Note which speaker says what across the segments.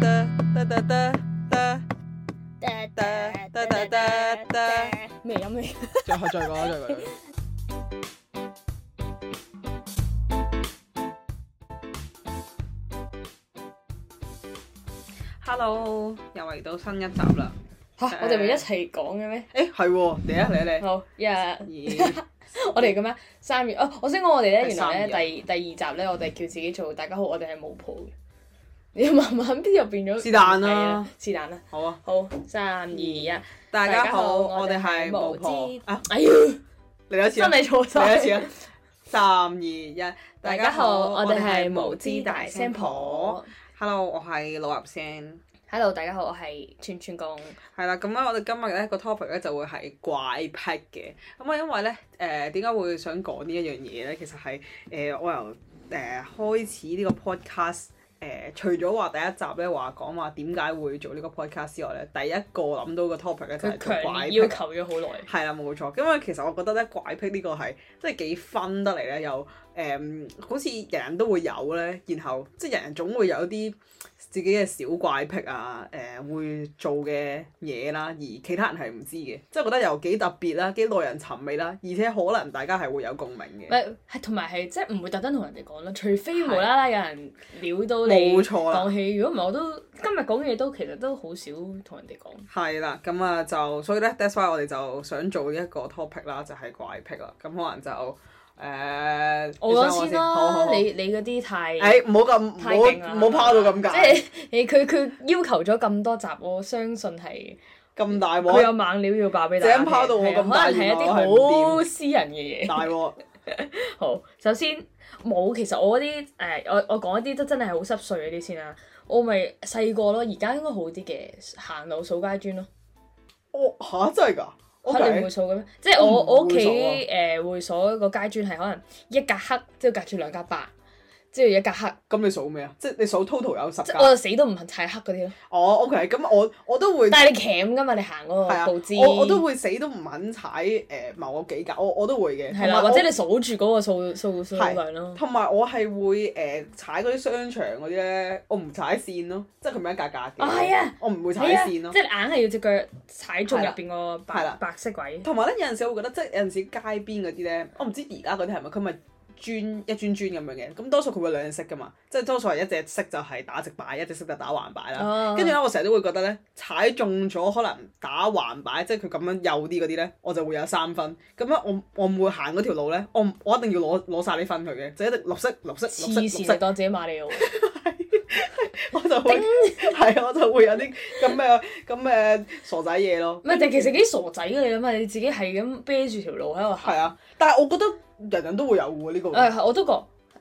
Speaker 1: 得得得得，
Speaker 2: 噠
Speaker 1: 噠噠噠噠噠
Speaker 2: 咩音嚟？
Speaker 1: 再再講再講。Hello，又嚟到新一集啦。
Speaker 2: 吓，我哋咪一齊講嘅咩？
Speaker 1: 誒係喎，嚟啊嚟啊
Speaker 2: 好，一日
Speaker 1: 嚟啊。
Speaker 2: 我哋嘅咩？三月哦，我先講我哋咧，
Speaker 1: 係
Speaker 2: 原來咧
Speaker 1: 三
Speaker 2: 第第二集咧，我哋叫自己做大家好，我哋係冇譜嘅。你慢慢邊度變咗？
Speaker 1: 是但啦
Speaker 2: 係啊，是但嗯啦。
Speaker 1: 好啊，
Speaker 2: 好，三二一，
Speaker 1: 大家好，我哋係巫婆啊，
Speaker 2: 哎呀，
Speaker 1: 嚟多次啊
Speaker 2: 真，係錯晒。
Speaker 1: 嚟多次啊，三二一，
Speaker 2: 大家好，我哋係無
Speaker 1: 無
Speaker 2: 知大聲婆。。
Speaker 1: Hello，我係老入聲。
Speaker 2: Hello，大家好，我係串串公。
Speaker 1: 係啦，咁咧我哋今日咧個 topic 咧就會係怪癖嘅。咁啊，因為咧誒點解會想講呢一樣嘢咧？其實係誒、呃我由誒、呃、開始呢個 podcast 誒、呃除咗話第一集咧話講話點解會做呢個 podcast 之外咧，第一個諗到個 topic 咧就
Speaker 2: 佢
Speaker 1: 係做
Speaker 2: 強
Speaker 1: 怪
Speaker 2: 烈
Speaker 1: 癖
Speaker 2: 要。求咗好耐。
Speaker 1: 係啦，冇錯。因為其實我覺得咧，怪癖呢個係即係幾分得嚟咧，又誒、嗯好似人人都會有咧，然後即係人人總會有啲自己嘅小怪癖啊，誒、會做嘅嘢啦，而其他人係唔知嘅，即係覺得又幾特別啦，幾耐人尋味啦，而且可能大家係會有共鳴
Speaker 2: 唔
Speaker 1: 嘅。
Speaker 2: 係，係同埋係即係唔會特登同人哋講咯，除非無啦啦有人撩到你
Speaker 1: 冇錯啦
Speaker 2: 講起。如果唔係，我都今日講嘅嘢都其實都好少同人哋講。
Speaker 1: 係啦，咁啊就所以咧，that's why 我哋就想做呢一個 topic 啦，就係、怪癖啦。咁可能就誒，呃
Speaker 2: 我
Speaker 1: 你想
Speaker 2: 講先
Speaker 1: 好好
Speaker 2: 啦，
Speaker 1: 好哎
Speaker 2: 你你嗰啲太
Speaker 1: 誒唔好咁，唔好
Speaker 2: 太勁啦
Speaker 1: 唔好拋到咁緊。
Speaker 2: 即係你佢佢要求咗咁多集，我相信係
Speaker 1: 咁大
Speaker 2: 佢有
Speaker 1: 鑊，
Speaker 2: 猛料要爆俾大家聽。
Speaker 1: 井拋到我
Speaker 2: 係啊
Speaker 1: 咁大
Speaker 2: 可能係一
Speaker 1: 原來我係
Speaker 2: 啲
Speaker 1: 唔
Speaker 2: 好私人嘅 嘢。
Speaker 1: 大 鑊，
Speaker 2: 好，首先冇，其實我嗰啲誒，我我講一啲都真係好濕碎嗰啲先啦。我咪細個咯，而家應該好啲嘅，行路掃街磚咯。
Speaker 1: 哦吓真係㗎
Speaker 2: 嚇
Speaker 1: ，O
Speaker 2: 你唔
Speaker 1: K，
Speaker 2: 會掃嘅咩？即係我我
Speaker 1: 唔
Speaker 2: 屋
Speaker 1: 哦會
Speaker 2: 企
Speaker 1: 掃啊
Speaker 2: 誒會掃個街磚係可能一格黑，即係隔住兩格白，即係一格黑，
Speaker 1: 咁你數咩啊？即係你數 total 有十
Speaker 2: 即
Speaker 1: 間
Speaker 2: 係，呃我就死都唔肯踩黑嗰啲咯。
Speaker 1: 哦 O K，咁我我都會係
Speaker 2: 但係你鉗㗎嘛，你行嗰
Speaker 1: 啊
Speaker 2: 個步姿，，
Speaker 1: 我我都會死都唔肯踩誒某個幾格，我我都會嘅，
Speaker 2: 係
Speaker 1: 同
Speaker 2: 啦，
Speaker 1: 埋
Speaker 2: 或者你
Speaker 1: 我
Speaker 2: 數住嗰個數數數
Speaker 1: 係
Speaker 2: 量咯。
Speaker 1: 同埋我係會誒踩嗰啲商場嗰啲咧，我唔踩線咯，即係佢咪一格格嘅，
Speaker 2: 啊係啊，
Speaker 1: 我唔會踩
Speaker 2: 係啊，即
Speaker 1: 線咯。
Speaker 2: 係硬係要隻腳踩中入邊個
Speaker 1: 係
Speaker 2: 白
Speaker 1: 啦
Speaker 2: 白色位。
Speaker 1: 同埋咧，有陣時我會覺得，即係有陣時街邊嗰啲咧，我唔知而家嗰啲係咪，佢咪磚一磚磚咁樣嘅，咁多數佢會兩隻色噶嘛，即係多數係一隻色就係打直擺，一隻色就打橫擺啦。
Speaker 2: 哦
Speaker 1: 跟住咧，我成日都會覺得咧，踩中咗可能打橫擺，即係佢咁樣幼啲嗰啲咧，我就會有三分。咁樣我我唔會行嗰條路咧，我唔我一定要攞攞曬啲分佢嘅，就一定綠色綠色綠色
Speaker 2: 黐
Speaker 1: 綠
Speaker 2: 線，你啊
Speaker 1: 色，
Speaker 2: 當自己馬里奧。
Speaker 1: 我就會係啊我就會有啲咁嘅咁嘅傻仔嘢咯。
Speaker 2: 唔係，但係其實幾傻仔嘅你諗下，你自己係咁啤住條路喺度行。
Speaker 1: 係啊，但係我覺得人人都會有喎呢個。
Speaker 2: 誒、我都覺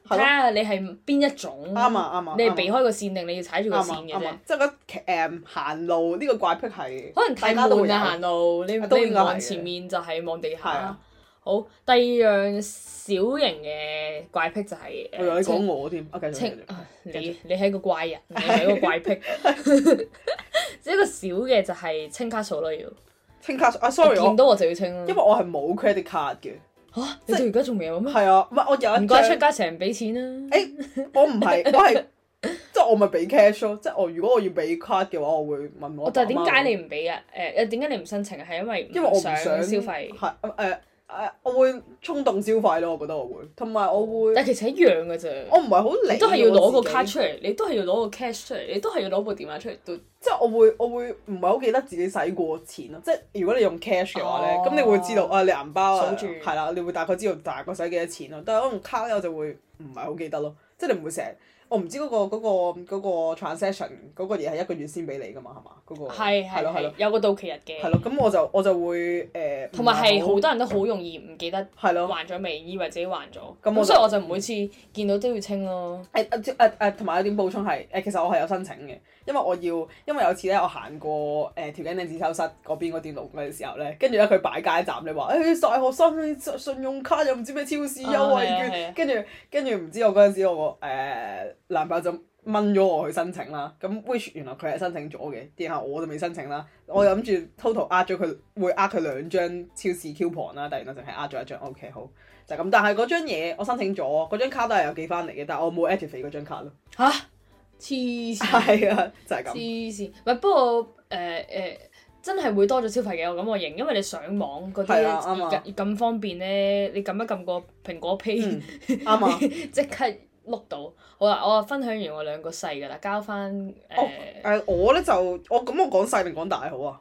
Speaker 1: 係咯
Speaker 2: 睇下你係邊一種。
Speaker 1: 啱啊啱啊
Speaker 2: 你
Speaker 1: 啱啊
Speaker 2: 係避開個線定你要踩住個
Speaker 1: 啱
Speaker 2: 線
Speaker 1: 啊
Speaker 2: 嘅
Speaker 1: 啱
Speaker 2: 啫
Speaker 1: 啊。，即係覺得騎誒行路呢個怪癖係
Speaker 2: 可能太
Speaker 1: 大家都會
Speaker 2: 悶啦
Speaker 1: 有
Speaker 2: 行路，你
Speaker 1: 都應
Speaker 2: 你
Speaker 1: 該係
Speaker 2: 望前面就係望地
Speaker 1: 係
Speaker 2: 下
Speaker 1: 啊。
Speaker 2: 好，第二樣小型嘅怪癖就係、
Speaker 1: 我以為
Speaker 2: 誒
Speaker 1: 你講
Speaker 2: 清
Speaker 1: 我添，啊繼續繼
Speaker 2: 清
Speaker 1: 續，
Speaker 2: 啊
Speaker 1: 繼
Speaker 2: 你你係一個 怪人，你係一個怪癖。 即係一個小嘅就係清卡數咯，要
Speaker 1: 清卡啊
Speaker 2: 我
Speaker 1: ，sorry 我
Speaker 2: 見，到我就要清啦。
Speaker 1: 因為我係冇 credit card 嘅，
Speaker 2: 嚇、你到而家仲未有咩？
Speaker 1: 係啊，唔係我有
Speaker 2: 唔
Speaker 1: 一
Speaker 2: 該，出
Speaker 1: 張，
Speaker 2: 街成日俾錢啦。
Speaker 1: 誒我唔係我係即係我咪俾 cash 咯，即係我如果我要俾 card 嘅話，我會問我
Speaker 2: 我哦但係
Speaker 1: 爸
Speaker 2: 點
Speaker 1: 媽
Speaker 2: 解你唔俾啊？誒誒點解你唔申請啊？係因為
Speaker 1: 因為我唔
Speaker 2: 想
Speaker 1: 想
Speaker 2: 消費。
Speaker 1: 係誒誒，我會衝動消費咯，我覺得我會，同埋我會
Speaker 2: 但係其實一樣嘅啫，
Speaker 1: 我唔係好理，
Speaker 2: 你都係要攞個
Speaker 1: 我自己
Speaker 2: 卡出嚟，你都係要攞個 cash 出嚟，你都係要攞部電話出嚟。都
Speaker 1: 即係我會我會唔係好記得自己使過錢咯，即係如果你用 cash 嘅話咧，
Speaker 2: 哦
Speaker 1: 咁、你會知道啊你銀包啊
Speaker 2: 數住
Speaker 1: 係啦，你會大概知道大概使幾多錢咯。但係我用卡咧我就會唔係好記得咯，即係你唔會成日我唔知嗰、個嗰、個嗰、個 transaction 嗰個嘢係一個月先俾你噶嘛係嘛嗰個
Speaker 2: 係係
Speaker 1: 咯係
Speaker 2: 係
Speaker 1: 咯
Speaker 2: 有個到期日
Speaker 1: 係
Speaker 2: 嘅，
Speaker 1: 咯，咁我就我就會誒
Speaker 2: 同埋係好多人都好容易唔記得
Speaker 1: 係咯。
Speaker 2: 還咗未，以為自己還咗。
Speaker 1: 咁我就
Speaker 2: 咁所以我就每次見到都要清咯。
Speaker 1: 誒誒誒誒，同埋有點補充係誒，其實我係有申請嘅，因為我要，因為有次咧我行過誒條頸領自修室嗰邊嗰段路嘅時候咧，跟住咧佢擺街站，你話誒大學生信信用卡又唔知咩超市優惠
Speaker 2: 啊係啊係啊
Speaker 1: 券，跟住跟住唔知我嗰陣時我個誒、男朋友就掹咗我去申請啦，咁 which 原來佢係申請咗嘅，然後我就未申請啦，我諗住 total 呃咗佢會呃佢兩張超市 coupon 啦，但原來淨係呃咗一張，OK 好。就咁，但係嗰張嘢我申請咗，嗰張卡都係有寄翻嚟嘅，但係我冇 activate 嗰張卡咯。
Speaker 2: 吓？黐線。
Speaker 1: 係啊，就係咁。
Speaker 2: 黐線，唔係不過誒誒、呃呃真係會多咗消費嘅，我咁我認，因為你上網嗰
Speaker 1: 係啊啱啊
Speaker 2: 啲而家咁方便咧，你撳一撳個蘋果 Pay，
Speaker 1: 嗯，啱啊。
Speaker 2: 即、刻碌到。好啦，我分享完我兩個細噶啦，交翻誒、呃
Speaker 1: 哦，誒我咧就我咁我講細定講大好啊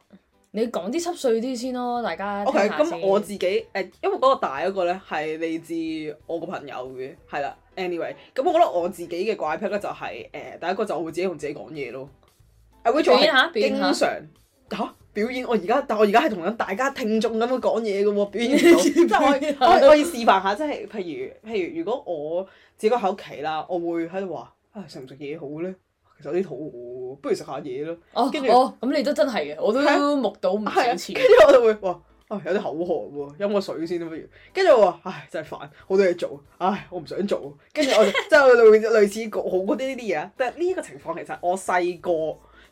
Speaker 2: 你講啲濕碎啲先咯，大家聽
Speaker 1: ？OK，
Speaker 2: 下
Speaker 1: 咁
Speaker 2: 先
Speaker 1: 我自己誒、因為嗰個大嗰個咧係嚟自我個朋友嘅，係啦。Anyway，咁我覺得我自己嘅怪癖咧就係、誒、第一個就我會自己同自己講嘢咯。誒，which 我
Speaker 2: 表演下
Speaker 1: 係
Speaker 2: 表演
Speaker 1: 經
Speaker 2: 下
Speaker 1: 常嚇表演，我而家但我而家係同緊大家聽眾咁樣講嘢嘅喎，表演 唔到即係我我我要示範下，即係譬如譬如如果我自己喺屋企啦，我會喺度話啊食唔食嘢好咧？其實有啲肚餓喎，不如食下嘢咯。
Speaker 2: 哦
Speaker 1: 跟住
Speaker 2: 哦，咁你都真係嘅，我
Speaker 1: 係
Speaker 2: 都目睹唔
Speaker 1: 係啊，
Speaker 2: 少次
Speaker 1: 跟。住我就會哇，唉有啲口渴喎，飲個水先啦不如。跟住我話唉真係煩，好多嘢做，唉我唔想做。跟住我就即係我類類似個好嗰啲呢啲嘢，但係呢一個情況其實我細個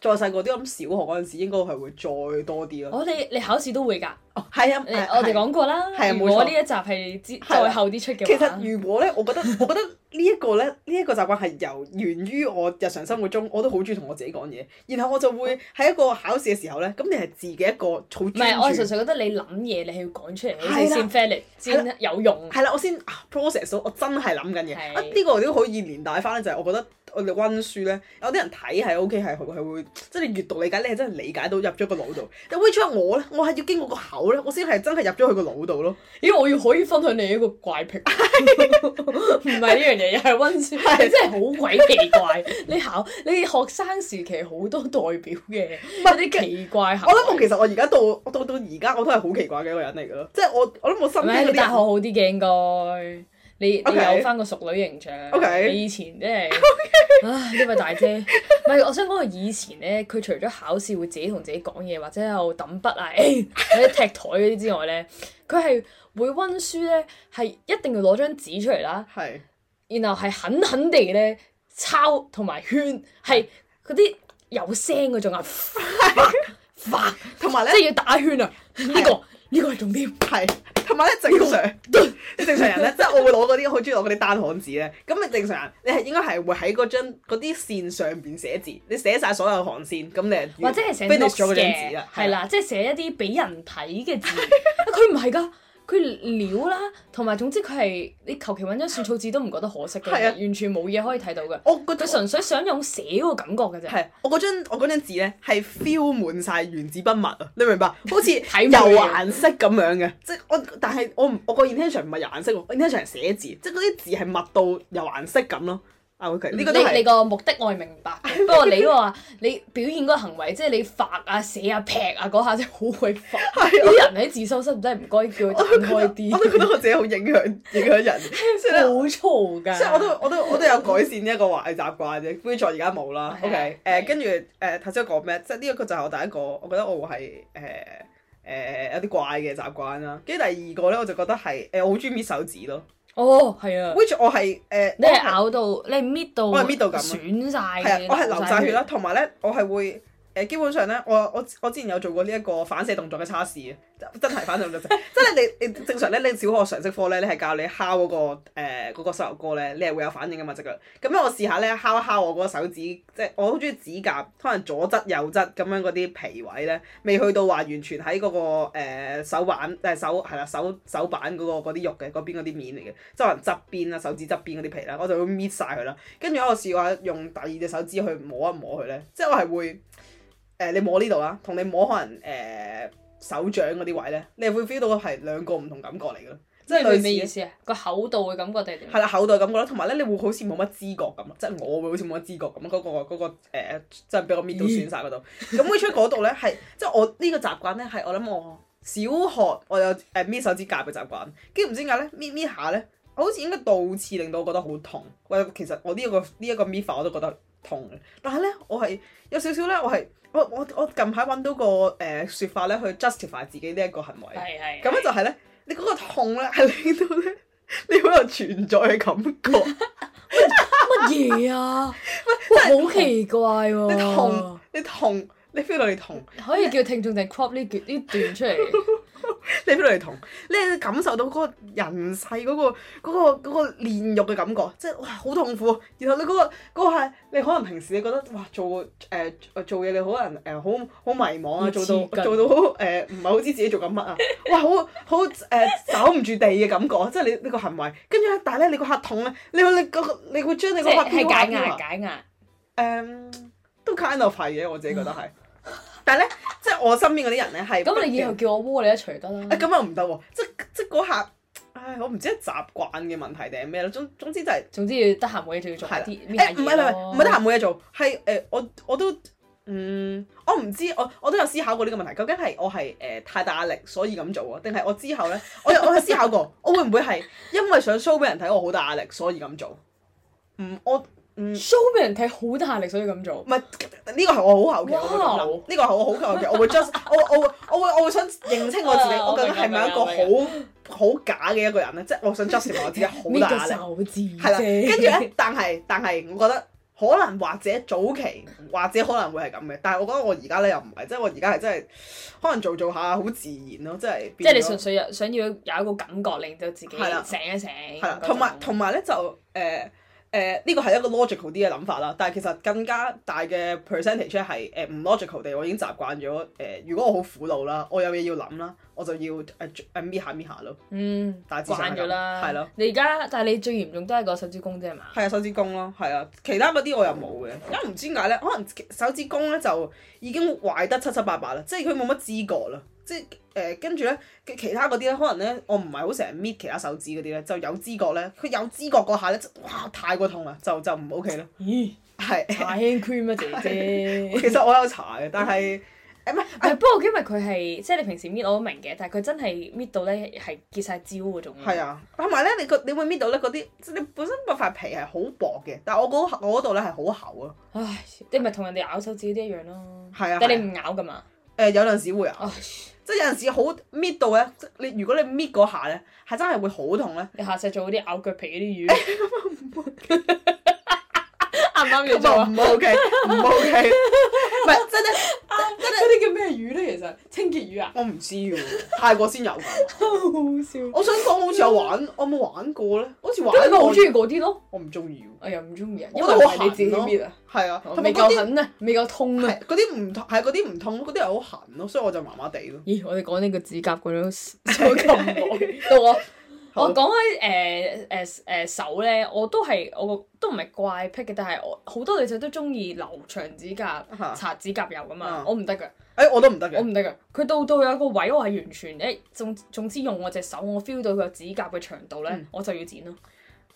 Speaker 1: 再細個啲，我諗小學嗰陣時應該係會再多啲咯。
Speaker 2: 我哋你考試都會㗎，
Speaker 1: 哦，係啊，
Speaker 2: 你
Speaker 1: 係啊
Speaker 2: 我哋。講過啦。
Speaker 1: 係啊冇錯
Speaker 2: 如果呢一集係之
Speaker 1: 係啊
Speaker 2: 再後啲出嘅
Speaker 1: 其
Speaker 2: 話
Speaker 1: 實如果咧，我覺得我覺得呢一個咧，呢一個習慣係由源於我日常生活中，我都好中意同我自己講嘢，然後我就會喺一個考試嘅時候咧，咁你係自己一個好專
Speaker 2: 唔
Speaker 1: 注。
Speaker 2: 係，我係純粹覺得你諗嘢，你係要講出嚟，
Speaker 1: 係啦
Speaker 2: 你先 valid，先有用。
Speaker 1: 係啦，我先啊 process 到我真係諗緊嘢。
Speaker 2: 係
Speaker 1: 啊，呢個都可以連帶翻咧，就係我覺得我哋温書咧，有啲人睇係 OK 係係會，即係你閱讀理解，你係真係理解到入咗個腦度。但 which one 我咧，我係要經過個口咧，我先係真係入咗佢個腦度咯。
Speaker 2: 咦，我要可以分享你一個怪 癖，唔係呢樣嘢，又係温書，真係好鬼奇怪。你考你學生時期好多代表嘅，
Speaker 1: 唔係
Speaker 2: 有啲奇怪行
Speaker 1: 我
Speaker 2: 為。
Speaker 1: 諗我其實我而家到我到到而家我都係好奇怪嘅一個人嚟嘅咯，即係我我諗我身
Speaker 2: 唔係
Speaker 1: 邊嗰
Speaker 2: 你大學
Speaker 1: 啲人
Speaker 2: 好啲嘅應該，你你
Speaker 1: OK
Speaker 2: 有翻個淑女形象。
Speaker 1: OK
Speaker 2: 你以前 真係，唉呢位大姐，唔係我想講佢以前咧，佢除咗考試會自己同自己講嘢，或者喺度揼筆啊， 誒或者踢台嗰啲之外咧，佢係會温書咧，係一定要攞張紙出嚟啦，
Speaker 1: 係
Speaker 2: 然後係狠狠地咧抄同埋圈，係嗰啲有聲嗰種啊，發
Speaker 1: 同埋
Speaker 2: 即
Speaker 1: 咧
Speaker 2: 係要打圈啊！呢個呢個係重點。
Speaker 1: 係同埋咧正常。你 正常人 咧，即係我會攞嗰啲好中意攞嗰啲單行紙咧。咁你正常人，你係應該係會喺嗰張嗰啲線上邊寫字，你寫晒所有行線，咁你係
Speaker 2: 或者係寫
Speaker 1: finish
Speaker 2: notes
Speaker 1: 咗嗰張啊紙
Speaker 2: 嘅
Speaker 1: 啦，，
Speaker 2: 啊係啦，即係寫一啲俾人睇嘅 字。啊佢唔係㗎，佢料啦，同埋總之佢係你求其揾張算草紙都唔覺得可惜嘅，
Speaker 1: 係啊
Speaker 2: 完全冇嘢可以睇到嘅。
Speaker 1: 我嗰
Speaker 2: 佢純粹想用寫嗰個感覺嘅啫。
Speaker 1: 係我嗰張我嗰張紙咧係 feel 滿晒原子筆墨啊！你 明白？好似
Speaker 2: 睇
Speaker 1: 油
Speaker 2: 唔到嘢
Speaker 1: 顏色咁樣嘅，即係我但係我唔我個 intention 唔係油顏色喎我，intention 係寫字，即係嗰啲字係密到油顏色咁咯。啊，OK，呢個都
Speaker 2: 嗯你你
Speaker 1: 係
Speaker 2: 個目的我係明白嘅， 不過你嗰個話你表現嗰個行為，即係你發啊、寫啊、劈啊嗰下真係好鬼煩。
Speaker 1: 係啊
Speaker 2: 啲人喺自修室真係唔該叫佢
Speaker 1: 我都
Speaker 2: 彈
Speaker 1: 覺
Speaker 2: 開
Speaker 1: 得我都覺
Speaker 2: 啲，
Speaker 1: 得我自己好影響影響人，所以咧
Speaker 2: 好嘈㗎。
Speaker 1: 即係我都我都我都有改善呢一個壞習慣啫，杯座而家冇啦。
Speaker 2: 係啊
Speaker 1: OK，
Speaker 2: 係啊
Speaker 1: 誒跟住誒頭先我講咩？即係呢一個就係我第一個，我覺得我會係誒誒有啲怪嘅習慣啦。跟住第二個咧，我就覺得係誒我好中意搣手指咯
Speaker 2: 哦，係啊。
Speaker 1: ，which 我係誒
Speaker 2: 你係咬到，你係搣到，
Speaker 1: 我係搣到咁啊
Speaker 2: 損晒
Speaker 1: 係啊，
Speaker 2: 嘅
Speaker 1: 我係流晒血啦，，同埋咧我係會。誒基本上咧，我我我之前有做過呢一個反射動作嘅測試嘅，真真係反射動作 測試，即係你你正常咧，你小學常識科咧，你係教你敲嗰、個呃誒嗰、個膝頭哥咧，你係會有反應嘅嘛隻腳。咁咧我試下咧敲一敲我嗰個手指，即係我好中意指甲，可能左側右側咁樣嗰啲皮位咧，未去到話完全喺嗰、個、誒手板誒手係啦手手板嗰、個嗰啲肉嘅嗰邊嗰啲面嚟嘅，即係可能側邊啊手指側邊嗰啲皮啦，我就會搣晒佢啦。跟住我試過用第二隻手指去摸一摸佢咧，即係我係會誒、你摸呢度啦，同你摸可能誒、手掌嗰啲位咧，你係會 feel 到係兩個唔同感覺嚟嘅咯，即
Speaker 2: 即係
Speaker 1: 係
Speaker 2: 類似
Speaker 1: 類
Speaker 2: 咩意
Speaker 1: 似
Speaker 2: 思啊？個厚度嘅感覺定係點
Speaker 1: 係？啦厚度嘅感覺啦，同埋咧你會好似冇乜知覺咁，啊即係我會好似冇乜知覺咁嗰、個嗰、個、呃、即係俾我搣到損晒嗰 度。咁 which 嗰度咧係即係我呢個習慣咧係我諗我小學我有誒搣手指甲嘅習慣，跟住唔知點解咧搣搣下咧，好似應該倒刺令到我覺得好痛。喂，其實我呢、一個呢一、個搣法我都覺得痛嘅，但係咧我係有少少咧我係我我我近排揾到個誒、呃、説法咧去 justify 自己呢一個行為。
Speaker 2: 係係
Speaker 1: 咁咧就係咧，你嗰個痛咧係令到咧， 你好有存在嘅感覺。
Speaker 2: 乜嘢 啊？哇，好奇怪
Speaker 1: 你
Speaker 2: 喎
Speaker 1: 痛！，你痛，你 feel 到你痛。
Speaker 2: 可以叫聽眾定 crop 呢段呢段出嚟，
Speaker 1: 你邊度嚟同？你係感受到嗰個人世嗰、個嗰、個嗰、個煉獄嘅感覺，即係哇好痛苦。啊然後你嗰、個嗰、個係你可能平時你覺得哇做誒、呃做嘢你可能誒好好迷茫啊，
Speaker 2: 好
Speaker 1: 做
Speaker 2: 似
Speaker 1: 到
Speaker 2: 㗎
Speaker 1: 做到好誒唔係好知自己做緊乜啊，哇好好誒走唔住地嘅感覺，啊即係你呢個行為。跟住咧，但係咧你個客痛咧，你會你個你會 將你
Speaker 2: 即
Speaker 1: 個客
Speaker 2: 係
Speaker 1: 飄
Speaker 2: 係
Speaker 1: 下
Speaker 2: 解
Speaker 1: 飄下
Speaker 2: 壓解壓，
Speaker 1: 誒都 kind of 係嘅，我自己覺得係。嗯 但係咧，即係我身邊嗰啲人咧係不
Speaker 2: 咁
Speaker 1: 斷
Speaker 2: 你以後嗯叫我窩你一除得啦
Speaker 1: 啊，咁又唔得喎，即即嗰下，唉，我唔知係習慣嘅問題定係咩啦。總總之就係、哎
Speaker 2: 總之要得閒冇嘢就要做下啲搣下
Speaker 1: 誒唔係唔
Speaker 2: 嘢
Speaker 1: 係
Speaker 2: 咯
Speaker 1: 唔係得閒冇嘢做，係誒、呃我我都嗯，我唔知我我都有思考過呢個問題，究竟係我係誒、呃太大壓力所以咁做啊，定係我之後咧， 我有我有思考過，我會唔會係因為想 show 俾人睇我好大壓力所以咁做？嗯，我嗯。
Speaker 2: show 俾人睇好大壓力，所以咁做
Speaker 1: 唔。係呢個係我好後期我會咁諗，呢個係我好後期我會 just 我會我會我會我會想認清我自己，
Speaker 2: 啊
Speaker 1: 我究竟係咪一個
Speaker 2: 我明啊
Speaker 1: 好好假嘅一個人咧？即係我想 justify 我自己好
Speaker 2: 搣
Speaker 1: 大
Speaker 2: 個
Speaker 1: 壓力，
Speaker 2: 手指
Speaker 1: 係啦。
Speaker 2: 啫，
Speaker 1: 跟住咧，但係但係，我覺得可能或者早期或者可能會係咁嘅，但係我覺得我而家咧又唔係，即係我而家係真係可能做做下好自然咯，即係
Speaker 2: 即係
Speaker 1: 變
Speaker 2: 你
Speaker 1: 咗
Speaker 2: 純粹有想要有一個感覺，令到自己
Speaker 1: 係啦
Speaker 2: 醒一醒。
Speaker 1: 係啦，
Speaker 2: 嗰種
Speaker 1: 同埋同埋咧就誒誒呢個係一個 logical 啲嘅諗法啦，但係其實更加大嘅 percentage 咧係誒唔 logical 地，我已經習慣咗誒、呃如果我好苦惱啦，我有嘢要諗啦，我就要誒誒搣下搣下咯，
Speaker 2: 嗯
Speaker 1: 大致上係咁
Speaker 2: 慣咗啦，
Speaker 1: 係咯。
Speaker 2: 你而家但係你最嚴重都係個手指公啫嘛。
Speaker 1: 係啊，手指公咯，係啊，其他嗰啲我又冇嘅，因為唔知點解咧，可能手指公咧就已經壞得七七八八啦，即係佢冇乜知覺啦，即係誒跟住咧，其其他嗰啲咧，可能咧我唔係好成日搣其他手指嗰啲咧，就有知覺咧，佢有知覺嗰下咧，就哇太過痛啦，就就唔 OK 啦，
Speaker 2: 咦，
Speaker 1: 係。
Speaker 2: 搽 hand cream 啊，姐姐。
Speaker 1: 其實我有查嘅，但係誒唔係
Speaker 2: 唔係，不過因為佢係即係你平時搣我都明嘅，但係佢真係搣到咧係結晒焦嗰 種。
Speaker 1: 係
Speaker 2: 啊，
Speaker 1: 啊，同埋咧，你個你會搣到咧嗰啲，即係你本身嗰塊皮係好薄嘅，但係我嗰我嗰度咧係好厚啊。
Speaker 2: 唉，你咪同人哋咬手指嗰啲一樣咯。
Speaker 1: 係啊
Speaker 2: 但
Speaker 1: 係啊
Speaker 2: 係你唔咬噶嘛？
Speaker 1: 誒有陣時會啊，
Speaker 2: 唉，
Speaker 1: 即係有陣時好搣到咧，即你如果你搣嗰下咧，係真係會好痛咧。
Speaker 2: 你下世做嗰啲咬腳皮嗰啲魚。 啱唔啱要
Speaker 1: 咁
Speaker 2: 做
Speaker 1: 啊
Speaker 2: 啊？
Speaker 1: 唔 OK，唔 OK，唔係真係
Speaker 2: 啊嗰啲叫咩魚咧？其實清潔魚啊，
Speaker 1: 我唔知喎，泰國先有㗎。
Speaker 2: 好好笑。
Speaker 1: 我想講好似有玩，我有冇玩過咧，好似
Speaker 2: 咁
Speaker 1: 玩
Speaker 2: 你咪好
Speaker 1: 過，
Speaker 2: 中意嗰啲咯？
Speaker 1: 我唔中意喎。
Speaker 2: 我又唔中意啊，
Speaker 1: 我
Speaker 2: 因
Speaker 1: 覺
Speaker 2: 為
Speaker 1: 得
Speaker 2: 唔
Speaker 1: 好
Speaker 2: 係你自
Speaker 1: 痕
Speaker 2: 己
Speaker 1: 咯
Speaker 2: 搣啊，，
Speaker 1: 係啊，
Speaker 2: 我
Speaker 1: 同埋
Speaker 2: 未
Speaker 1: 嗰
Speaker 2: 夠
Speaker 1: 啲
Speaker 2: 狠啊，未夠痛啊。
Speaker 1: 係嗰啲唔痛，係嗰啲唔痛，嗰啲係好痕咯，所以我就麻麻地咯。
Speaker 2: 咦，我哋講呢個指甲 咁樣講咁耐，到我
Speaker 1: 好
Speaker 2: 我講開誒誒誒手咧，我都係我都唔係怪癖嘅，但係我好多女仔都中意留長指甲、
Speaker 1: 嚇
Speaker 2: 擦指甲油噶嘛
Speaker 1: 啊，
Speaker 2: 我唔得噶，
Speaker 1: 誒我都唔得嘅
Speaker 2: 我。唔得噶。佢到到有個位，我係完全誒總總之用我隻手，我 feel 到佢指甲嘅長度咧，我就要剪咯。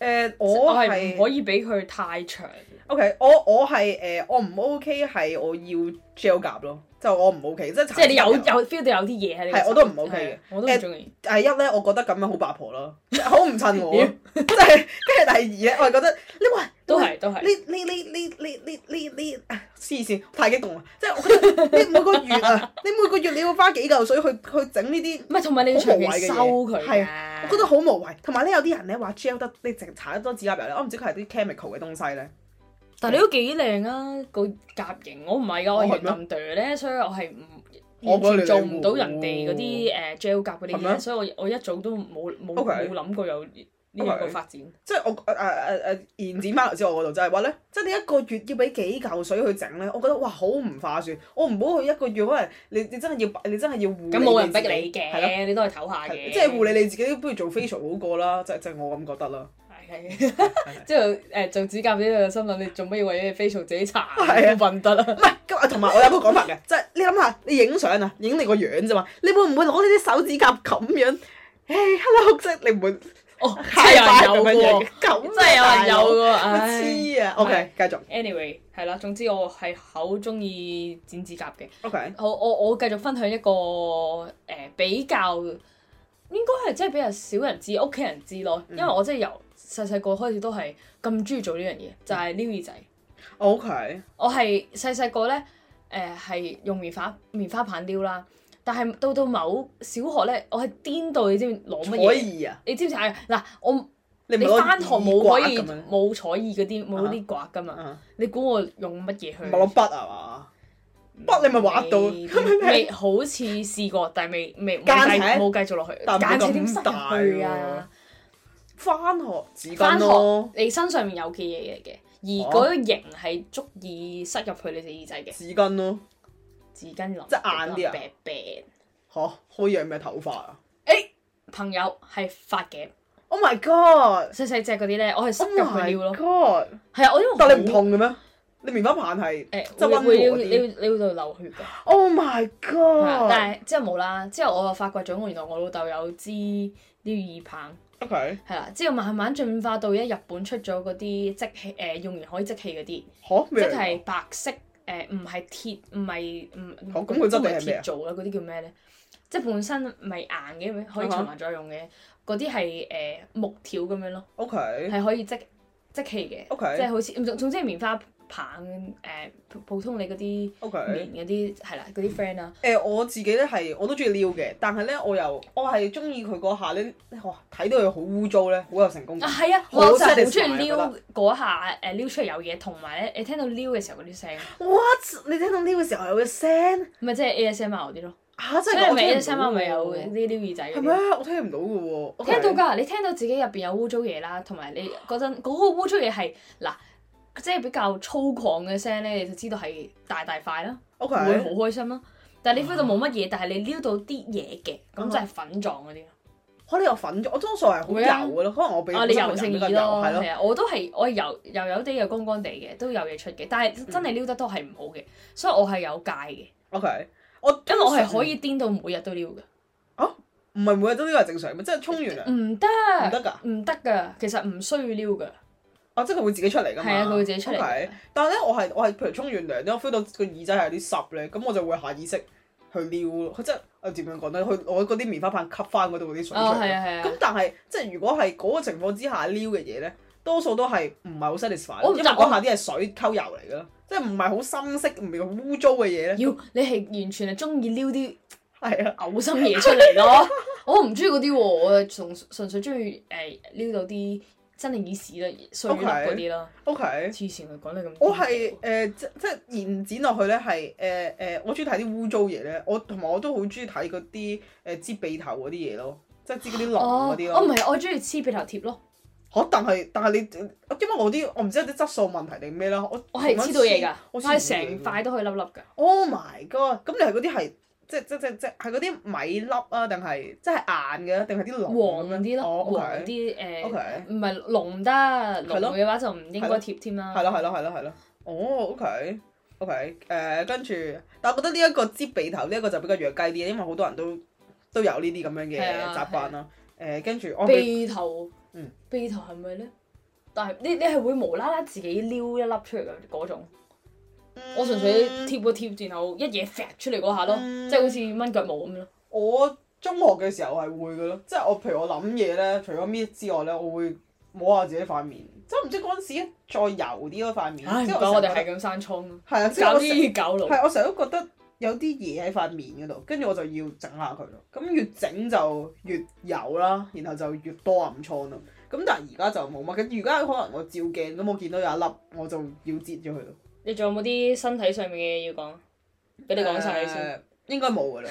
Speaker 1: 誒、嗯我
Speaker 2: 我係
Speaker 1: 係
Speaker 2: 唔可以俾佢太長。
Speaker 1: OK，我我係誒、我唔 OK 係我要 gel 夾咯，就我唔 OK，即係
Speaker 2: 即係你有
Speaker 1: 殘
Speaker 2: 有 feel 到有啲嘢喺你個
Speaker 1: 係
Speaker 2: 手
Speaker 1: 我都唔 OK
Speaker 2: 係我都唔中意。
Speaker 1: 忍第一咧，我覺得咁樣好八婆 咯，即係好唔襯我咯
Speaker 2: 妖，
Speaker 1: 即係跟住第二咧，我係覺得你喂
Speaker 2: 都係都係
Speaker 1: 你你你你你你你你啊黐線，太激動啦！即係我覺得你每個月 啊，你每個月你要花幾嚿水去去整呢啲。
Speaker 2: 唔係，同埋你要
Speaker 1: 好
Speaker 2: 長
Speaker 1: 無
Speaker 2: 期
Speaker 1: 謂嘅嘢
Speaker 2: 收佢
Speaker 1: 係
Speaker 2: 㗎
Speaker 1: 我覺得好無謂，同埋咧有啲人咧話 gel 得你淨搽得多指甲油咧，我唔知佢係啲 chemical 嘅東西咧。
Speaker 2: 但你都幾靚啊個甲型，我唔係噶，我係
Speaker 1: 哦係咩
Speaker 2: 圓揼哚咧，所以我係唔
Speaker 1: 我
Speaker 2: 完
Speaker 1: 覺得你
Speaker 2: 全做唔到人哋嗰啲誒 gel 甲嗰啲
Speaker 1: 係咩
Speaker 2: 嘢，所以我我一早都冇冇
Speaker 1: OK
Speaker 2: 冇諗過有呢兩個發展。
Speaker 1: 即係我呃誒誒誒延展翻嚟之後，我度就係話咧，即係你一個月要俾幾嚿水去整咧，我覺得哇好唔化算。我唔好去一個月，可能你你真係要你真係要護理
Speaker 2: 咁冇人
Speaker 1: 自
Speaker 2: 逼
Speaker 1: 己
Speaker 2: 你
Speaker 1: 係咯
Speaker 2: 嘅，你都係唞下嘅。
Speaker 1: 係即係護理你自己，不如做 facial 好過啦， 即係即係我咁覺得啦。
Speaker 2: 係。係 之後誒做指甲呢個心諗，你做乜要為咗 facial 自己搽
Speaker 1: 係啊
Speaker 2: 混得啊？
Speaker 1: 唔係，咁啊同埋我有個講法 嘅，即係你諗下，你影相啊，影你個樣啫嘛，你會唔會攞你啲手指甲咁樣？誒，hello，即係 你唔會
Speaker 2: 哦，真
Speaker 1: 太快
Speaker 2: 係有
Speaker 1: 咁
Speaker 2: 人
Speaker 1: 樣
Speaker 2: 有
Speaker 1: 樣
Speaker 2: 喎
Speaker 1: 嘅，，咁
Speaker 2: 真係有人有
Speaker 1: 喎，
Speaker 2: 喎，
Speaker 1: 我
Speaker 2: 唉。
Speaker 1: 黐啊！OK，繼續
Speaker 2: Anyway，係啦，總之我係好中意剪指甲嘅。
Speaker 1: ，OK，
Speaker 2: 好，我我繼續分享一個誒、呃比較應該係真係比較少人知，屋企人知咯。因為我真係由細細個開始都係咁中意做呢樣嘢，就係撩耳仔。
Speaker 1: 我 OK，
Speaker 2: 我係細細個咧誒係用棉花棉花棒撩啦，但係到到某小學咧，我係癲到你知唔知攞乜
Speaker 1: 可
Speaker 2: 嘢？
Speaker 1: 以啊，
Speaker 2: 你知唔知啊？嗱，我
Speaker 1: 你唔
Speaker 2: 你
Speaker 1: 係攞
Speaker 2: 翻學冇可
Speaker 1: 耳刮
Speaker 2: 以
Speaker 1: 咁樣
Speaker 2: 冇採耳嗰啲冇啲刮噶嘛？
Speaker 1: 啊
Speaker 2: 你估我用乜嘢去？
Speaker 1: 唔係攞筆啊嘛？筆你咪畫到，
Speaker 2: 嗯未未好似試過，但係未未冇
Speaker 1: 間
Speaker 2: 繼
Speaker 1: 尺
Speaker 2: 冇繼續落去。
Speaker 1: 但唔會
Speaker 2: 間尺
Speaker 1: 咁
Speaker 2: 點塞
Speaker 1: 大
Speaker 2: 入去啊？
Speaker 1: 翻學紙
Speaker 2: 翻
Speaker 1: 巾
Speaker 2: 學
Speaker 1: 咯，
Speaker 2: 你身上面有嘅嘢嚟嘅，而
Speaker 1: 哦
Speaker 2: 嗰個型係足以塞入去你隻耳仔嘅
Speaker 1: 紙巾咯，
Speaker 2: 紙巾淋，
Speaker 1: 即係硬啲啊
Speaker 2: 淋病病
Speaker 1: 嚇可以養咩頭髮啊
Speaker 2: 誒朋友係髮夾
Speaker 1: ？Oh my god！
Speaker 2: 細細隻嗰啲咧，我係塞
Speaker 1: Oh
Speaker 2: 入去撩
Speaker 1: my
Speaker 2: 咯。
Speaker 1: god！
Speaker 2: 係啊，我因為
Speaker 1: 但你唔
Speaker 2: 好
Speaker 1: 痛嘅咩？你棉花棒係
Speaker 2: 誒
Speaker 1: 即係溫和
Speaker 2: 會會你
Speaker 1: 啲。
Speaker 2: 會你會流血㗎。
Speaker 1: Oh my
Speaker 2: 係啊
Speaker 1: god！
Speaker 2: 但係之後冇啦，之後我就發掘咗，原來我老豆有支呢個耳棒，
Speaker 1: OK，
Speaker 2: 係啦，之後慢慢進化到一日本出咗嗰啲即氣誒、用完可以即氣嗰啲，即
Speaker 1: 嚇咩嚟㗎？
Speaker 2: 係白色誒唔係鐵唔係唔
Speaker 1: 好咁佢質地
Speaker 2: 都唔係
Speaker 1: 係咩啊
Speaker 2: 鐵做啦，嗰啲叫咩咧？即係本身咪硬嘅，咪可以
Speaker 1: 啊哈
Speaker 2: 循環再用嘅，嗰啲係誒木條咁樣咯，
Speaker 1: OK
Speaker 2: 係可以即即氣嘅
Speaker 1: OK
Speaker 2: 即係好似總總之係棉花棒誒、普普通你嗰啲
Speaker 1: OK。
Speaker 2: 棉嗰啲係啦，
Speaker 1: 嗯
Speaker 2: 嗰啲 friend 啊啦。
Speaker 1: 誒、我自己咧係我都中意撩嘅，但係咧我又我係中意佢嗰下咧，哇睇到佢好污糟咧，好有成功
Speaker 2: 啊，
Speaker 1: 感。
Speaker 2: 係啊，
Speaker 1: 嗯好
Speaker 2: 我就係好
Speaker 1: satisfying，
Speaker 2: 中意
Speaker 1: 我
Speaker 2: 撩
Speaker 1: 覺
Speaker 2: 嗰下誒撩出嚟有嘢，同埋咧你聽到撩嘅時候嗰啲聲，
Speaker 1: What？你聽到呢個時候有嘅聲
Speaker 2: 唔係即係 ASMR 嗰啲咯。
Speaker 1: 嚇，
Speaker 2: 所
Speaker 1: 真係
Speaker 2: 以
Speaker 1: 我
Speaker 2: 咪
Speaker 1: 聽唔
Speaker 2: ASMR 咪有
Speaker 1: 嘅。
Speaker 2: 啲撩耳仔嗰
Speaker 1: 係
Speaker 2: 啲
Speaker 1: 咩
Speaker 2: 咯。？
Speaker 1: 我聽唔到嘅喎。OK
Speaker 2: 聽到㗎，你聽到自己入邊有污糟嘢啦，同埋你嗰陣嗰個污糟嘢係嗱，即係比較粗獷嘅聲咧，你就知道係大大塊啦，
Speaker 1: OK。
Speaker 2: 會好開心啦。但係你 feel
Speaker 1: 啊
Speaker 2: 到冇乜嘢，但係你撩到啲嘢嘅，咁就係粉狀嗰啲咯。
Speaker 1: 可能有粉咗，我通常係好
Speaker 2: 會啊
Speaker 1: 油嘅咯，可能我比
Speaker 2: 啊，你油性耳咯，
Speaker 1: 係咯。
Speaker 2: 係啊，我都係我係油油油地又乾乾地嘅，都有嘢出嘅，但
Speaker 1: 嗯
Speaker 2: 係真係撩得多係唔好嘅，所以我係有戒嘅，
Speaker 1: OK。我
Speaker 2: 因為我
Speaker 1: 通
Speaker 2: 係
Speaker 1: 常
Speaker 2: 可以顛到每日都撩嘅，
Speaker 1: 唔係每日都呢個係正常嘅，即係沖完涼
Speaker 2: 唔得
Speaker 1: 唔得㗎。
Speaker 2: 唔得㗎，其實唔需要撩㗎，
Speaker 1: 啊，即係佢會自己出嚟㗎嘛。
Speaker 2: 係啊，佢會自己出嚟
Speaker 1: OK
Speaker 2: 嘅。
Speaker 1: 但係咧，我係我係譬如沖完涼咧，我 feel 到個耳仔係有啲濕咧，咁我就會下意識去撩咯。佢即係誒點樣講咧？佢攞嗰啲棉花棒吸翻嗰度嗰啲水出
Speaker 2: 哦，係
Speaker 1: 嚟。
Speaker 2: 啊係
Speaker 1: 咁
Speaker 2: 啊，
Speaker 1: 但係即係如果係嗰個情況之下撩嘅嘢咧，多數都係唔係好 satisfy，因
Speaker 2: 我唔
Speaker 1: 為
Speaker 2: 但我
Speaker 1: 嗰下啲係水溝油嚟㗎咯，即係唔係好深色，唔係好污糟嘅嘢咧。
Speaker 2: 要你係完全係中意撩啲
Speaker 1: 係啊，
Speaker 2: 嘔心嘢出嚟咯， 我唔中意嗰啲喎，我係純純粹中意誒撩到啲真係耳屎啦、碎粒嗰啲啦，
Speaker 1: OK。
Speaker 2: 黐線佢講你咁，
Speaker 1: 我係誒、呃即即係延展落去咧，係誒誒，我中意睇啲污糟嘢咧，我同埋我都好中意睇嗰啲誒支鼻頭嗰啲嘢咯，即係支嗰啲龍
Speaker 2: 哦，
Speaker 1: 嗰啲咯
Speaker 2: 我唔。係，我中意黐鼻頭貼咯，
Speaker 1: 嚇！但係但係你，因為我啲我唔知有啲質素問題定咩啦，我
Speaker 2: 我係黐到嘢㗎，
Speaker 1: 我
Speaker 2: 我
Speaker 1: 黐到嘢
Speaker 2: 係成塊都可以粒粒㗎。
Speaker 1: Oh my god！咁你係嗰啲係即即即即係嗰啲米粒啊，定係即係硬嘅，定係啲龍咁樣
Speaker 2: 黃啲
Speaker 1: 哦
Speaker 2: 咯，
Speaker 1: ，OK
Speaker 2: 黃啲
Speaker 1: OK
Speaker 2: 誒，唔係濃唔得，
Speaker 1: 係咯
Speaker 2: 濃嘅話就唔應該貼添啦。
Speaker 1: 係咯係咯係咯係咯。哦，OK OK，誒、跟住，但我覺得呢一個擠鼻頭呢一個就比較弱雞啲，因為好多人都都有呢啲咁樣嘅
Speaker 2: 係啊
Speaker 1: 習慣啦。誒、跟住我咪
Speaker 2: 鼻頭
Speaker 1: 嗯，
Speaker 2: 鼻頭係咪咧？但係你你係會無啦啦自己撩一粒出嚟嘅嗰種，我純粹
Speaker 1: 嗯
Speaker 2: 貼個貼，然後一嘢揈出嚟嗰下咯，
Speaker 1: 嗯
Speaker 2: 即係好似蚊腳毛咁咯。
Speaker 1: 我中學嘅時候係會嘅咯，即係我譬如我諗嘢咧，除咗搣之外咧，我會摸下自己塊面，即係唔知嗰陣時再油啲咯塊面。
Speaker 2: 唉，唔
Speaker 1: 即係
Speaker 2: 怪我
Speaker 1: 成
Speaker 2: 哋
Speaker 1: 日
Speaker 2: 係咁生瘡咯，
Speaker 1: 覺得係啊，即係
Speaker 2: 搞
Speaker 1: 我成
Speaker 2: 啲搞路。
Speaker 1: 係我啊成日都覺得有啲嘢喺塊面嗰度，跟住我就要整下佢咯。咁越整就越油啦，然後就越多暗瘡啦。咁但係而家就冇乜，咁而家可能我照鏡咁，我見到有一粒，我就要截咗佢咯。
Speaker 2: 你仲有冇啲身體上面嘅嘢要講？俾你講晒先，
Speaker 1: 誒應該冇㗎啦。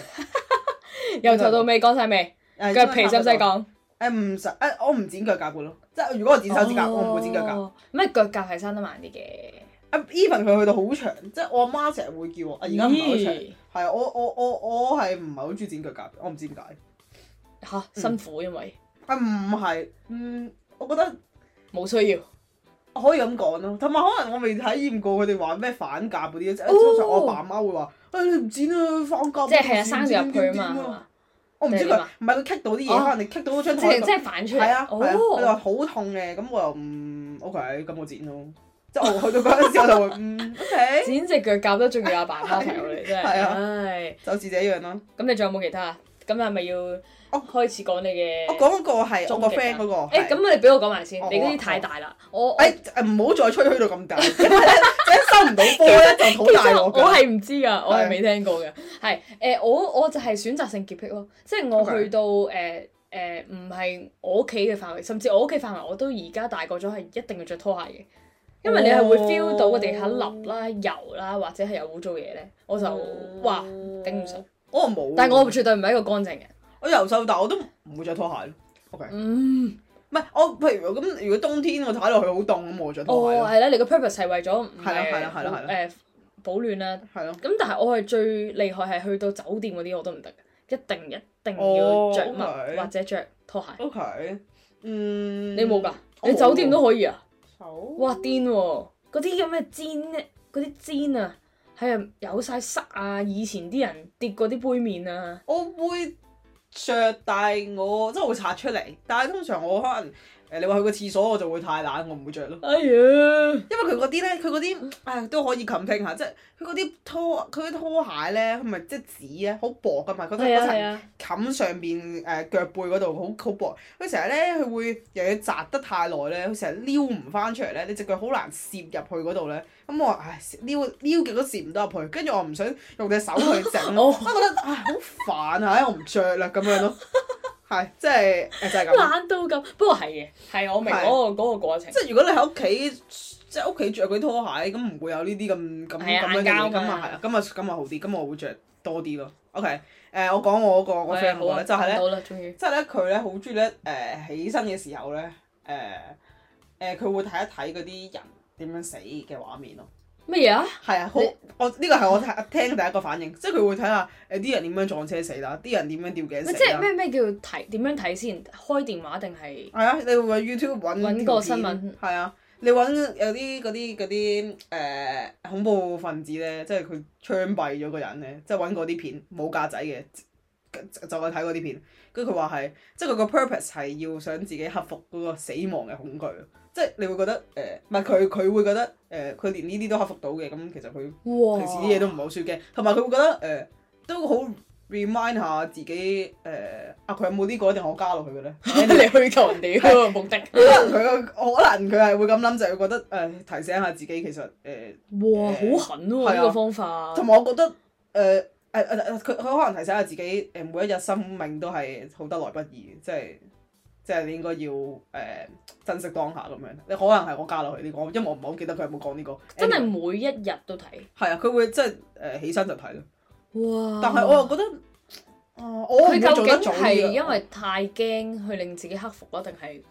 Speaker 2: 由頭到尾講晒未？
Speaker 1: 誒
Speaker 2: 腳皮使唔使？
Speaker 1: 應該差
Speaker 2: 講？
Speaker 1: 唔多誒唔使誒，我唔剪腳甲嘅咯，即係如果我剪手指甲，我唔會剪腳甲。
Speaker 2: 哦。咩腳甲係生得慢啲嘅？
Speaker 1: 啊，even 佢去到好長，即係我阿媽成日會叫我，啊而家唔係好長，
Speaker 2: 咦
Speaker 1: 係啊我我我我係唔係好中意剪腳甲嘅，我唔知點解。
Speaker 2: 吓，辛苦，因為
Speaker 1: 啊唔係，嗯，我覺得
Speaker 2: 冇需要。
Speaker 1: 哦可以咁講咯，同埋可能我未體驗過佢哋話咩反甲嗰啲，即係
Speaker 2: 哦
Speaker 1: 通常我爸媽會話：，誒你唔剪啊，反甲，
Speaker 2: 即係係啊，生咗入去啊
Speaker 1: 點點點點
Speaker 2: 嘛，係
Speaker 1: 啊
Speaker 2: 嘛？
Speaker 1: 我唔知
Speaker 2: 定係
Speaker 1: 佢
Speaker 2: 點啊，
Speaker 1: 唔係佢棘到啲
Speaker 2: 哦
Speaker 1: 嘢，可能你棘到張
Speaker 2: 即
Speaker 1: 台
Speaker 2: 係
Speaker 1: 度
Speaker 2: 即，係反出
Speaker 1: 係啊
Speaker 2: 嚟。
Speaker 1: 係啊，佢話
Speaker 2: 哦，
Speaker 1: 好痛嘅，咁我又唔 OK，咁我剪咯。即係哦我去到嗰陣時，我就會嗯 OK，
Speaker 2: 剪隻腳甲都仲要阿爸媽睇我哋，真係。
Speaker 1: 係啊
Speaker 2: 唉，
Speaker 1: 就是這樣 啦。
Speaker 2: 咁你仲有冇其他啊？咁係咪要
Speaker 1: 哦
Speaker 2: 開始講你嘅？
Speaker 1: 我講嗰個係我個
Speaker 2: 終極啊
Speaker 1: friend 嗰個，
Speaker 2: 誒，
Speaker 1: 哦係
Speaker 2: 咁你俾我講埋先，
Speaker 1: 哦哎
Speaker 2: 你
Speaker 1: 好
Speaker 2: 嗰
Speaker 1: 啊
Speaker 2: 啲太大啦。我我
Speaker 1: 誒誒唔好再吹噓到咁 大， 因為咧一收唔到波咧就好
Speaker 2: 其
Speaker 1: 大
Speaker 2: 實
Speaker 1: 鑊
Speaker 2: 我
Speaker 1: 㗎。
Speaker 2: 係唔知㗎，我係未聽過嘅。係誒，我我就係選擇性潔癖咯，即係我
Speaker 1: Okay
Speaker 2: 去到誒誒，唔係我屋企嘅範圍，甚至我屋企範圍我都而家大個咗係一定要着拖鞋嘅。因為你係會
Speaker 1: 哦
Speaker 2: feel 到個地下笠啦、油啦，或者係有污糟嘢咧，我就
Speaker 1: 嗯
Speaker 2: 哇頂唔順。
Speaker 1: 我冇，
Speaker 2: 但係我絕對唔係一個乾淨嘅人。
Speaker 1: 我由細到大我都唔會着拖鞋咯。OK，
Speaker 2: 嗯，
Speaker 1: 唔係我譬如咁，如果冬天我踩落去好凍咁，我着拖鞋
Speaker 2: 哦
Speaker 1: 咯，
Speaker 2: 係啦，你個 purpose 係為咗唔
Speaker 1: 係啦係啦係啦係啦
Speaker 2: 誒保暖啦。
Speaker 1: 係咯。
Speaker 2: 咁哦但係我係最厲害係去到酒店嗰啲我都唔得嘅，一定一定
Speaker 1: 哦
Speaker 2: 要着襪
Speaker 1: OK
Speaker 2: 或者着拖鞋。
Speaker 1: OK，嗯，
Speaker 2: 你冇㗎？
Speaker 1: 我冇
Speaker 2: 你酒店都可以啊？
Speaker 1: 手
Speaker 2: 哇癲喎！嗰啲咁嘅氈咧，嗰啲氈啊，係啊有晒塞啊！以前啲人跌過啲杯麵啊，
Speaker 1: 我會着，但係我真係會擦出嚟。但係通常我可能誒、你話去個廁所我就會太懶，我唔會着咯。
Speaker 2: 哎呀！
Speaker 1: 因為佢嗰啲咧，佢嗰
Speaker 2: 嗯
Speaker 1: 啲唉都可以 complain 下，即係佢嗰啲拖佢啲拖鞋咧，佢咪即係紙咧，好薄噶嘛，嗰層
Speaker 2: 係
Speaker 1: 嗰
Speaker 2: 啊係
Speaker 1: 層
Speaker 2: 啊，
Speaker 1: 冚上邊誒腳背嗰度好好薄。佢成日咧，佢會又要紮得太耐咧，佢成日撩唔翻出嚟咧，你只腳好難攝入去嗰度咧。咁我話唉撩撩極都攝唔到入去，跟住我唔想用隻手去整咯，我
Speaker 2: 哦
Speaker 1: 覺得唉好煩啊，唉我唔着啦咁樣咯，係即係誒就係咁。
Speaker 2: 啊懶到咁。不過係嘅，係我明
Speaker 1: 係
Speaker 2: 嗰個嗰個過程
Speaker 1: 即。係如果你喺屋企，即係屋企着嗰啲拖鞋，咁唔會有呢啲咁咁
Speaker 2: 係
Speaker 1: 咁
Speaker 2: 啊
Speaker 1: 樣嘅
Speaker 2: 硬膠
Speaker 1: 嘢咁
Speaker 2: 嘛
Speaker 1: 啊係啊，咁啊咁啊好啲，咁我會着多啲咯。OK，誒、我講我嗰、個我 friend 嗰個咧，就係
Speaker 2: 啊講
Speaker 1: 咧，
Speaker 2: 到啦，終於。
Speaker 1: 即係咧佢咧好中意咧誒起身嘅時候咧誒誒佢會睇一睇嗰啲人點樣死嘅畫面咯。
Speaker 2: 乜嘢啊？
Speaker 1: 係啊，好
Speaker 2: 你
Speaker 1: 我呢個係我睇聽第一個反應，即係佢會睇下誒啲人點樣撞車死啦，啲人點樣吊頸
Speaker 2: 咪
Speaker 1: 死
Speaker 2: 即係
Speaker 1: 啦。
Speaker 2: 咩咩叫睇點樣睇先？開電話定係？
Speaker 1: 係啊，你會揾 YouTube 揾
Speaker 2: 揾
Speaker 1: 條
Speaker 2: 個
Speaker 1: 片
Speaker 2: 新聞
Speaker 1: 係啊，你揾有啲嗰啲嗰啲誒恐怖分子咧，即係佢槍斃咗個人咧，即係揾嗰啲片冇架仔嘅，就就去睇嗰啲片。跟住佢話係，即係佢個 purpose 係要想自己克服嗰個死亡嘅恐懼，即係你會覺得誒，唔係佢佢會覺得誒，佢、連呢啲都克服到嘅，咁其實佢
Speaker 2: 哇！
Speaker 1: 平時啲嘢 都唔係好輸嘅，同埋佢會覺得誒、呃都好 remind 下自己誒、呃啊佢有冇呢個一 定我加落去嘅咧？
Speaker 2: 你去求人哋 嗰個目的。
Speaker 1: 可能佢個可能佢係會咁諗，就係會覺得誒、呃提醒下自己其實誒，
Speaker 2: 哇！好狠
Speaker 1: 係
Speaker 2: 喎
Speaker 1: 啊
Speaker 2: 呢個方法。
Speaker 1: 同埋我覺得誒誒誒誒佢佢可能提醒下自己誒、呃每一日生命都係好得來不易，即係即係你應該要誒、呃珍惜當下咁樣。你可能係我加落去呢、個，因為我唔係好記得佢有冇講呢個。
Speaker 2: 真係
Speaker 1: Anyway，
Speaker 2: 每一日都睇。
Speaker 1: 係啊！佢會即係誒起身就睇咯，
Speaker 2: 哇！
Speaker 1: 但係我又覺得。哦我唔會
Speaker 2: 佢
Speaker 1: 做
Speaker 2: 究
Speaker 1: 得
Speaker 2: 竟
Speaker 1: 早啲啊
Speaker 2: 係
Speaker 1: 嘅
Speaker 2: 因為太驚去令自己克服啊，定係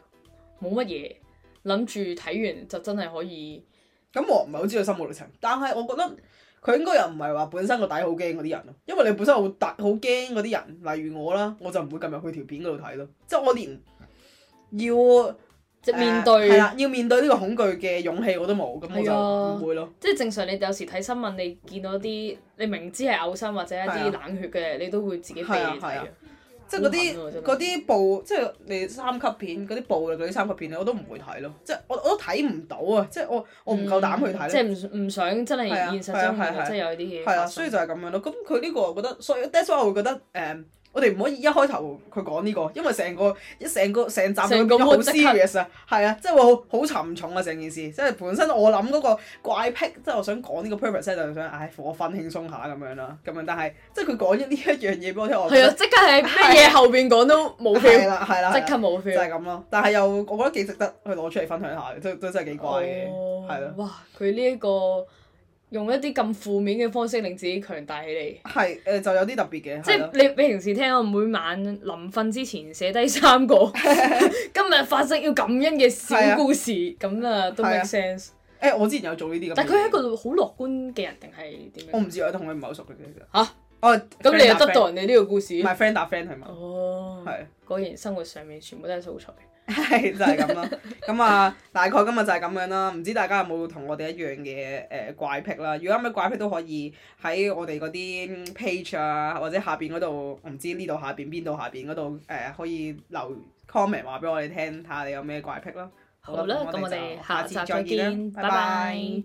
Speaker 2: 冇乜嘢諗住睇完就真係可以？
Speaker 1: 咁我唔係好知道心路歷程，但係我覺得佢應該又唔係話本身個底好驚嗰啲人咯，因為你本身好大好驚嗰啲人，例如我啦，我就唔會撳入去條片嗰度睇咯，即係我連要
Speaker 2: 即係面
Speaker 1: 誒係
Speaker 2: 對，
Speaker 1: 啦、要面對呢個恐懼嘅勇氣我都冇，咁我
Speaker 2: 係啊
Speaker 1: 就唔會咯。
Speaker 2: 即係正常。你有時睇新聞，你見到啲你明知係嘔心或者一啲
Speaker 1: 係啊
Speaker 2: 冷血嘅，你都會自己避
Speaker 1: 係啊
Speaker 2: 嚟睇
Speaker 1: 係啊
Speaker 2: 嘅。
Speaker 1: 即係嗰
Speaker 2: 好狠喎啊
Speaker 1: 啲
Speaker 2: 真係
Speaker 1: 嗰啲暴，即係你三級片嗰啲暴力嗰啲三級片咧，我都唔會睇咯。即係我我都睇唔到啊！即係我我唔夠膽去睇咯。
Speaker 2: 嗯即係唔唔想真係
Speaker 1: 係啊
Speaker 2: 現實生活
Speaker 1: 係啊係啊
Speaker 2: 真係有啲嘢
Speaker 1: 係啊，
Speaker 2: 發
Speaker 1: 所
Speaker 2: 生
Speaker 1: 以就係咁樣咯。咁佢呢個我覺得，所以 that's why 我會覺得誒、我哋唔可以一開頭佢講呢個，因為成個一成個成集佢變
Speaker 2: 成個
Speaker 1: 咗好
Speaker 2: mood 即刻
Speaker 1: serious 啊，係啊，即係會好好沉重啊成件事。即係本身我諗嗰個怪癖，即係我想講呢個 purpose 咧，就係想唉我瞓輕鬆下咁樣啦，咁樣。但係即係佢講咗呢一樣嘢俾我聽，我覺
Speaker 2: 係啊！
Speaker 1: 得
Speaker 2: 即刻係咩嘢後邊講都
Speaker 1: 係
Speaker 2: 冇啊 feel，
Speaker 1: 啦係啦，
Speaker 2: 即
Speaker 1: 係啦
Speaker 2: 刻冇
Speaker 1: 就
Speaker 2: feel
Speaker 1: 係。咁咯。但係又我覺得幾值得去攞出嚟分享下嘅，都都真係幾怪嘅，
Speaker 2: 哦
Speaker 1: 係咯。
Speaker 2: 哇！佢呢一個用一啲咁負面嘅方式令自己強大起嚟。
Speaker 1: 係誒就有啲特別嘅，
Speaker 2: 即
Speaker 1: 係咯
Speaker 2: 係你平時聽我每晚臨瞓之前寫低 三個今日發生要感恩嘅小故事，咁啊都
Speaker 1: 係啊
Speaker 2: make sense。
Speaker 1: 誒我之前有做呢啲咁嘅嘢。
Speaker 2: 但佢係一個好樂觀嘅人定係點
Speaker 1: 我
Speaker 2: 樣？
Speaker 1: 唔知，我同佢唔係好熟嘅啫。其實
Speaker 2: 嚇，
Speaker 1: 我
Speaker 2: 咁你又
Speaker 1: friend 搭
Speaker 2: 得到人哋呢個故事
Speaker 1: friend，唔？係 friend 搭 friend 係嘛？
Speaker 2: 哦，
Speaker 1: 係
Speaker 2: 果然生活上面全部都係素材。
Speaker 1: 係就係咁啦。咁啊，大概今日就係咁樣啦。唔知大家有冇同我哋一樣嘅誒怪癖啦？如果有咩怪癖都可以喺我哋嗰啲 page 啊，或者下邊嗰度，我唔知呢度下邊邊度下邊嗰度誒，可以留 comment 話俾我哋聽，睇下你有咩怪癖啦。
Speaker 2: 好啦，咁我
Speaker 1: 就
Speaker 2: 哋下集
Speaker 1: 次
Speaker 2: 再
Speaker 1: 見啦
Speaker 2: 見，拜拜。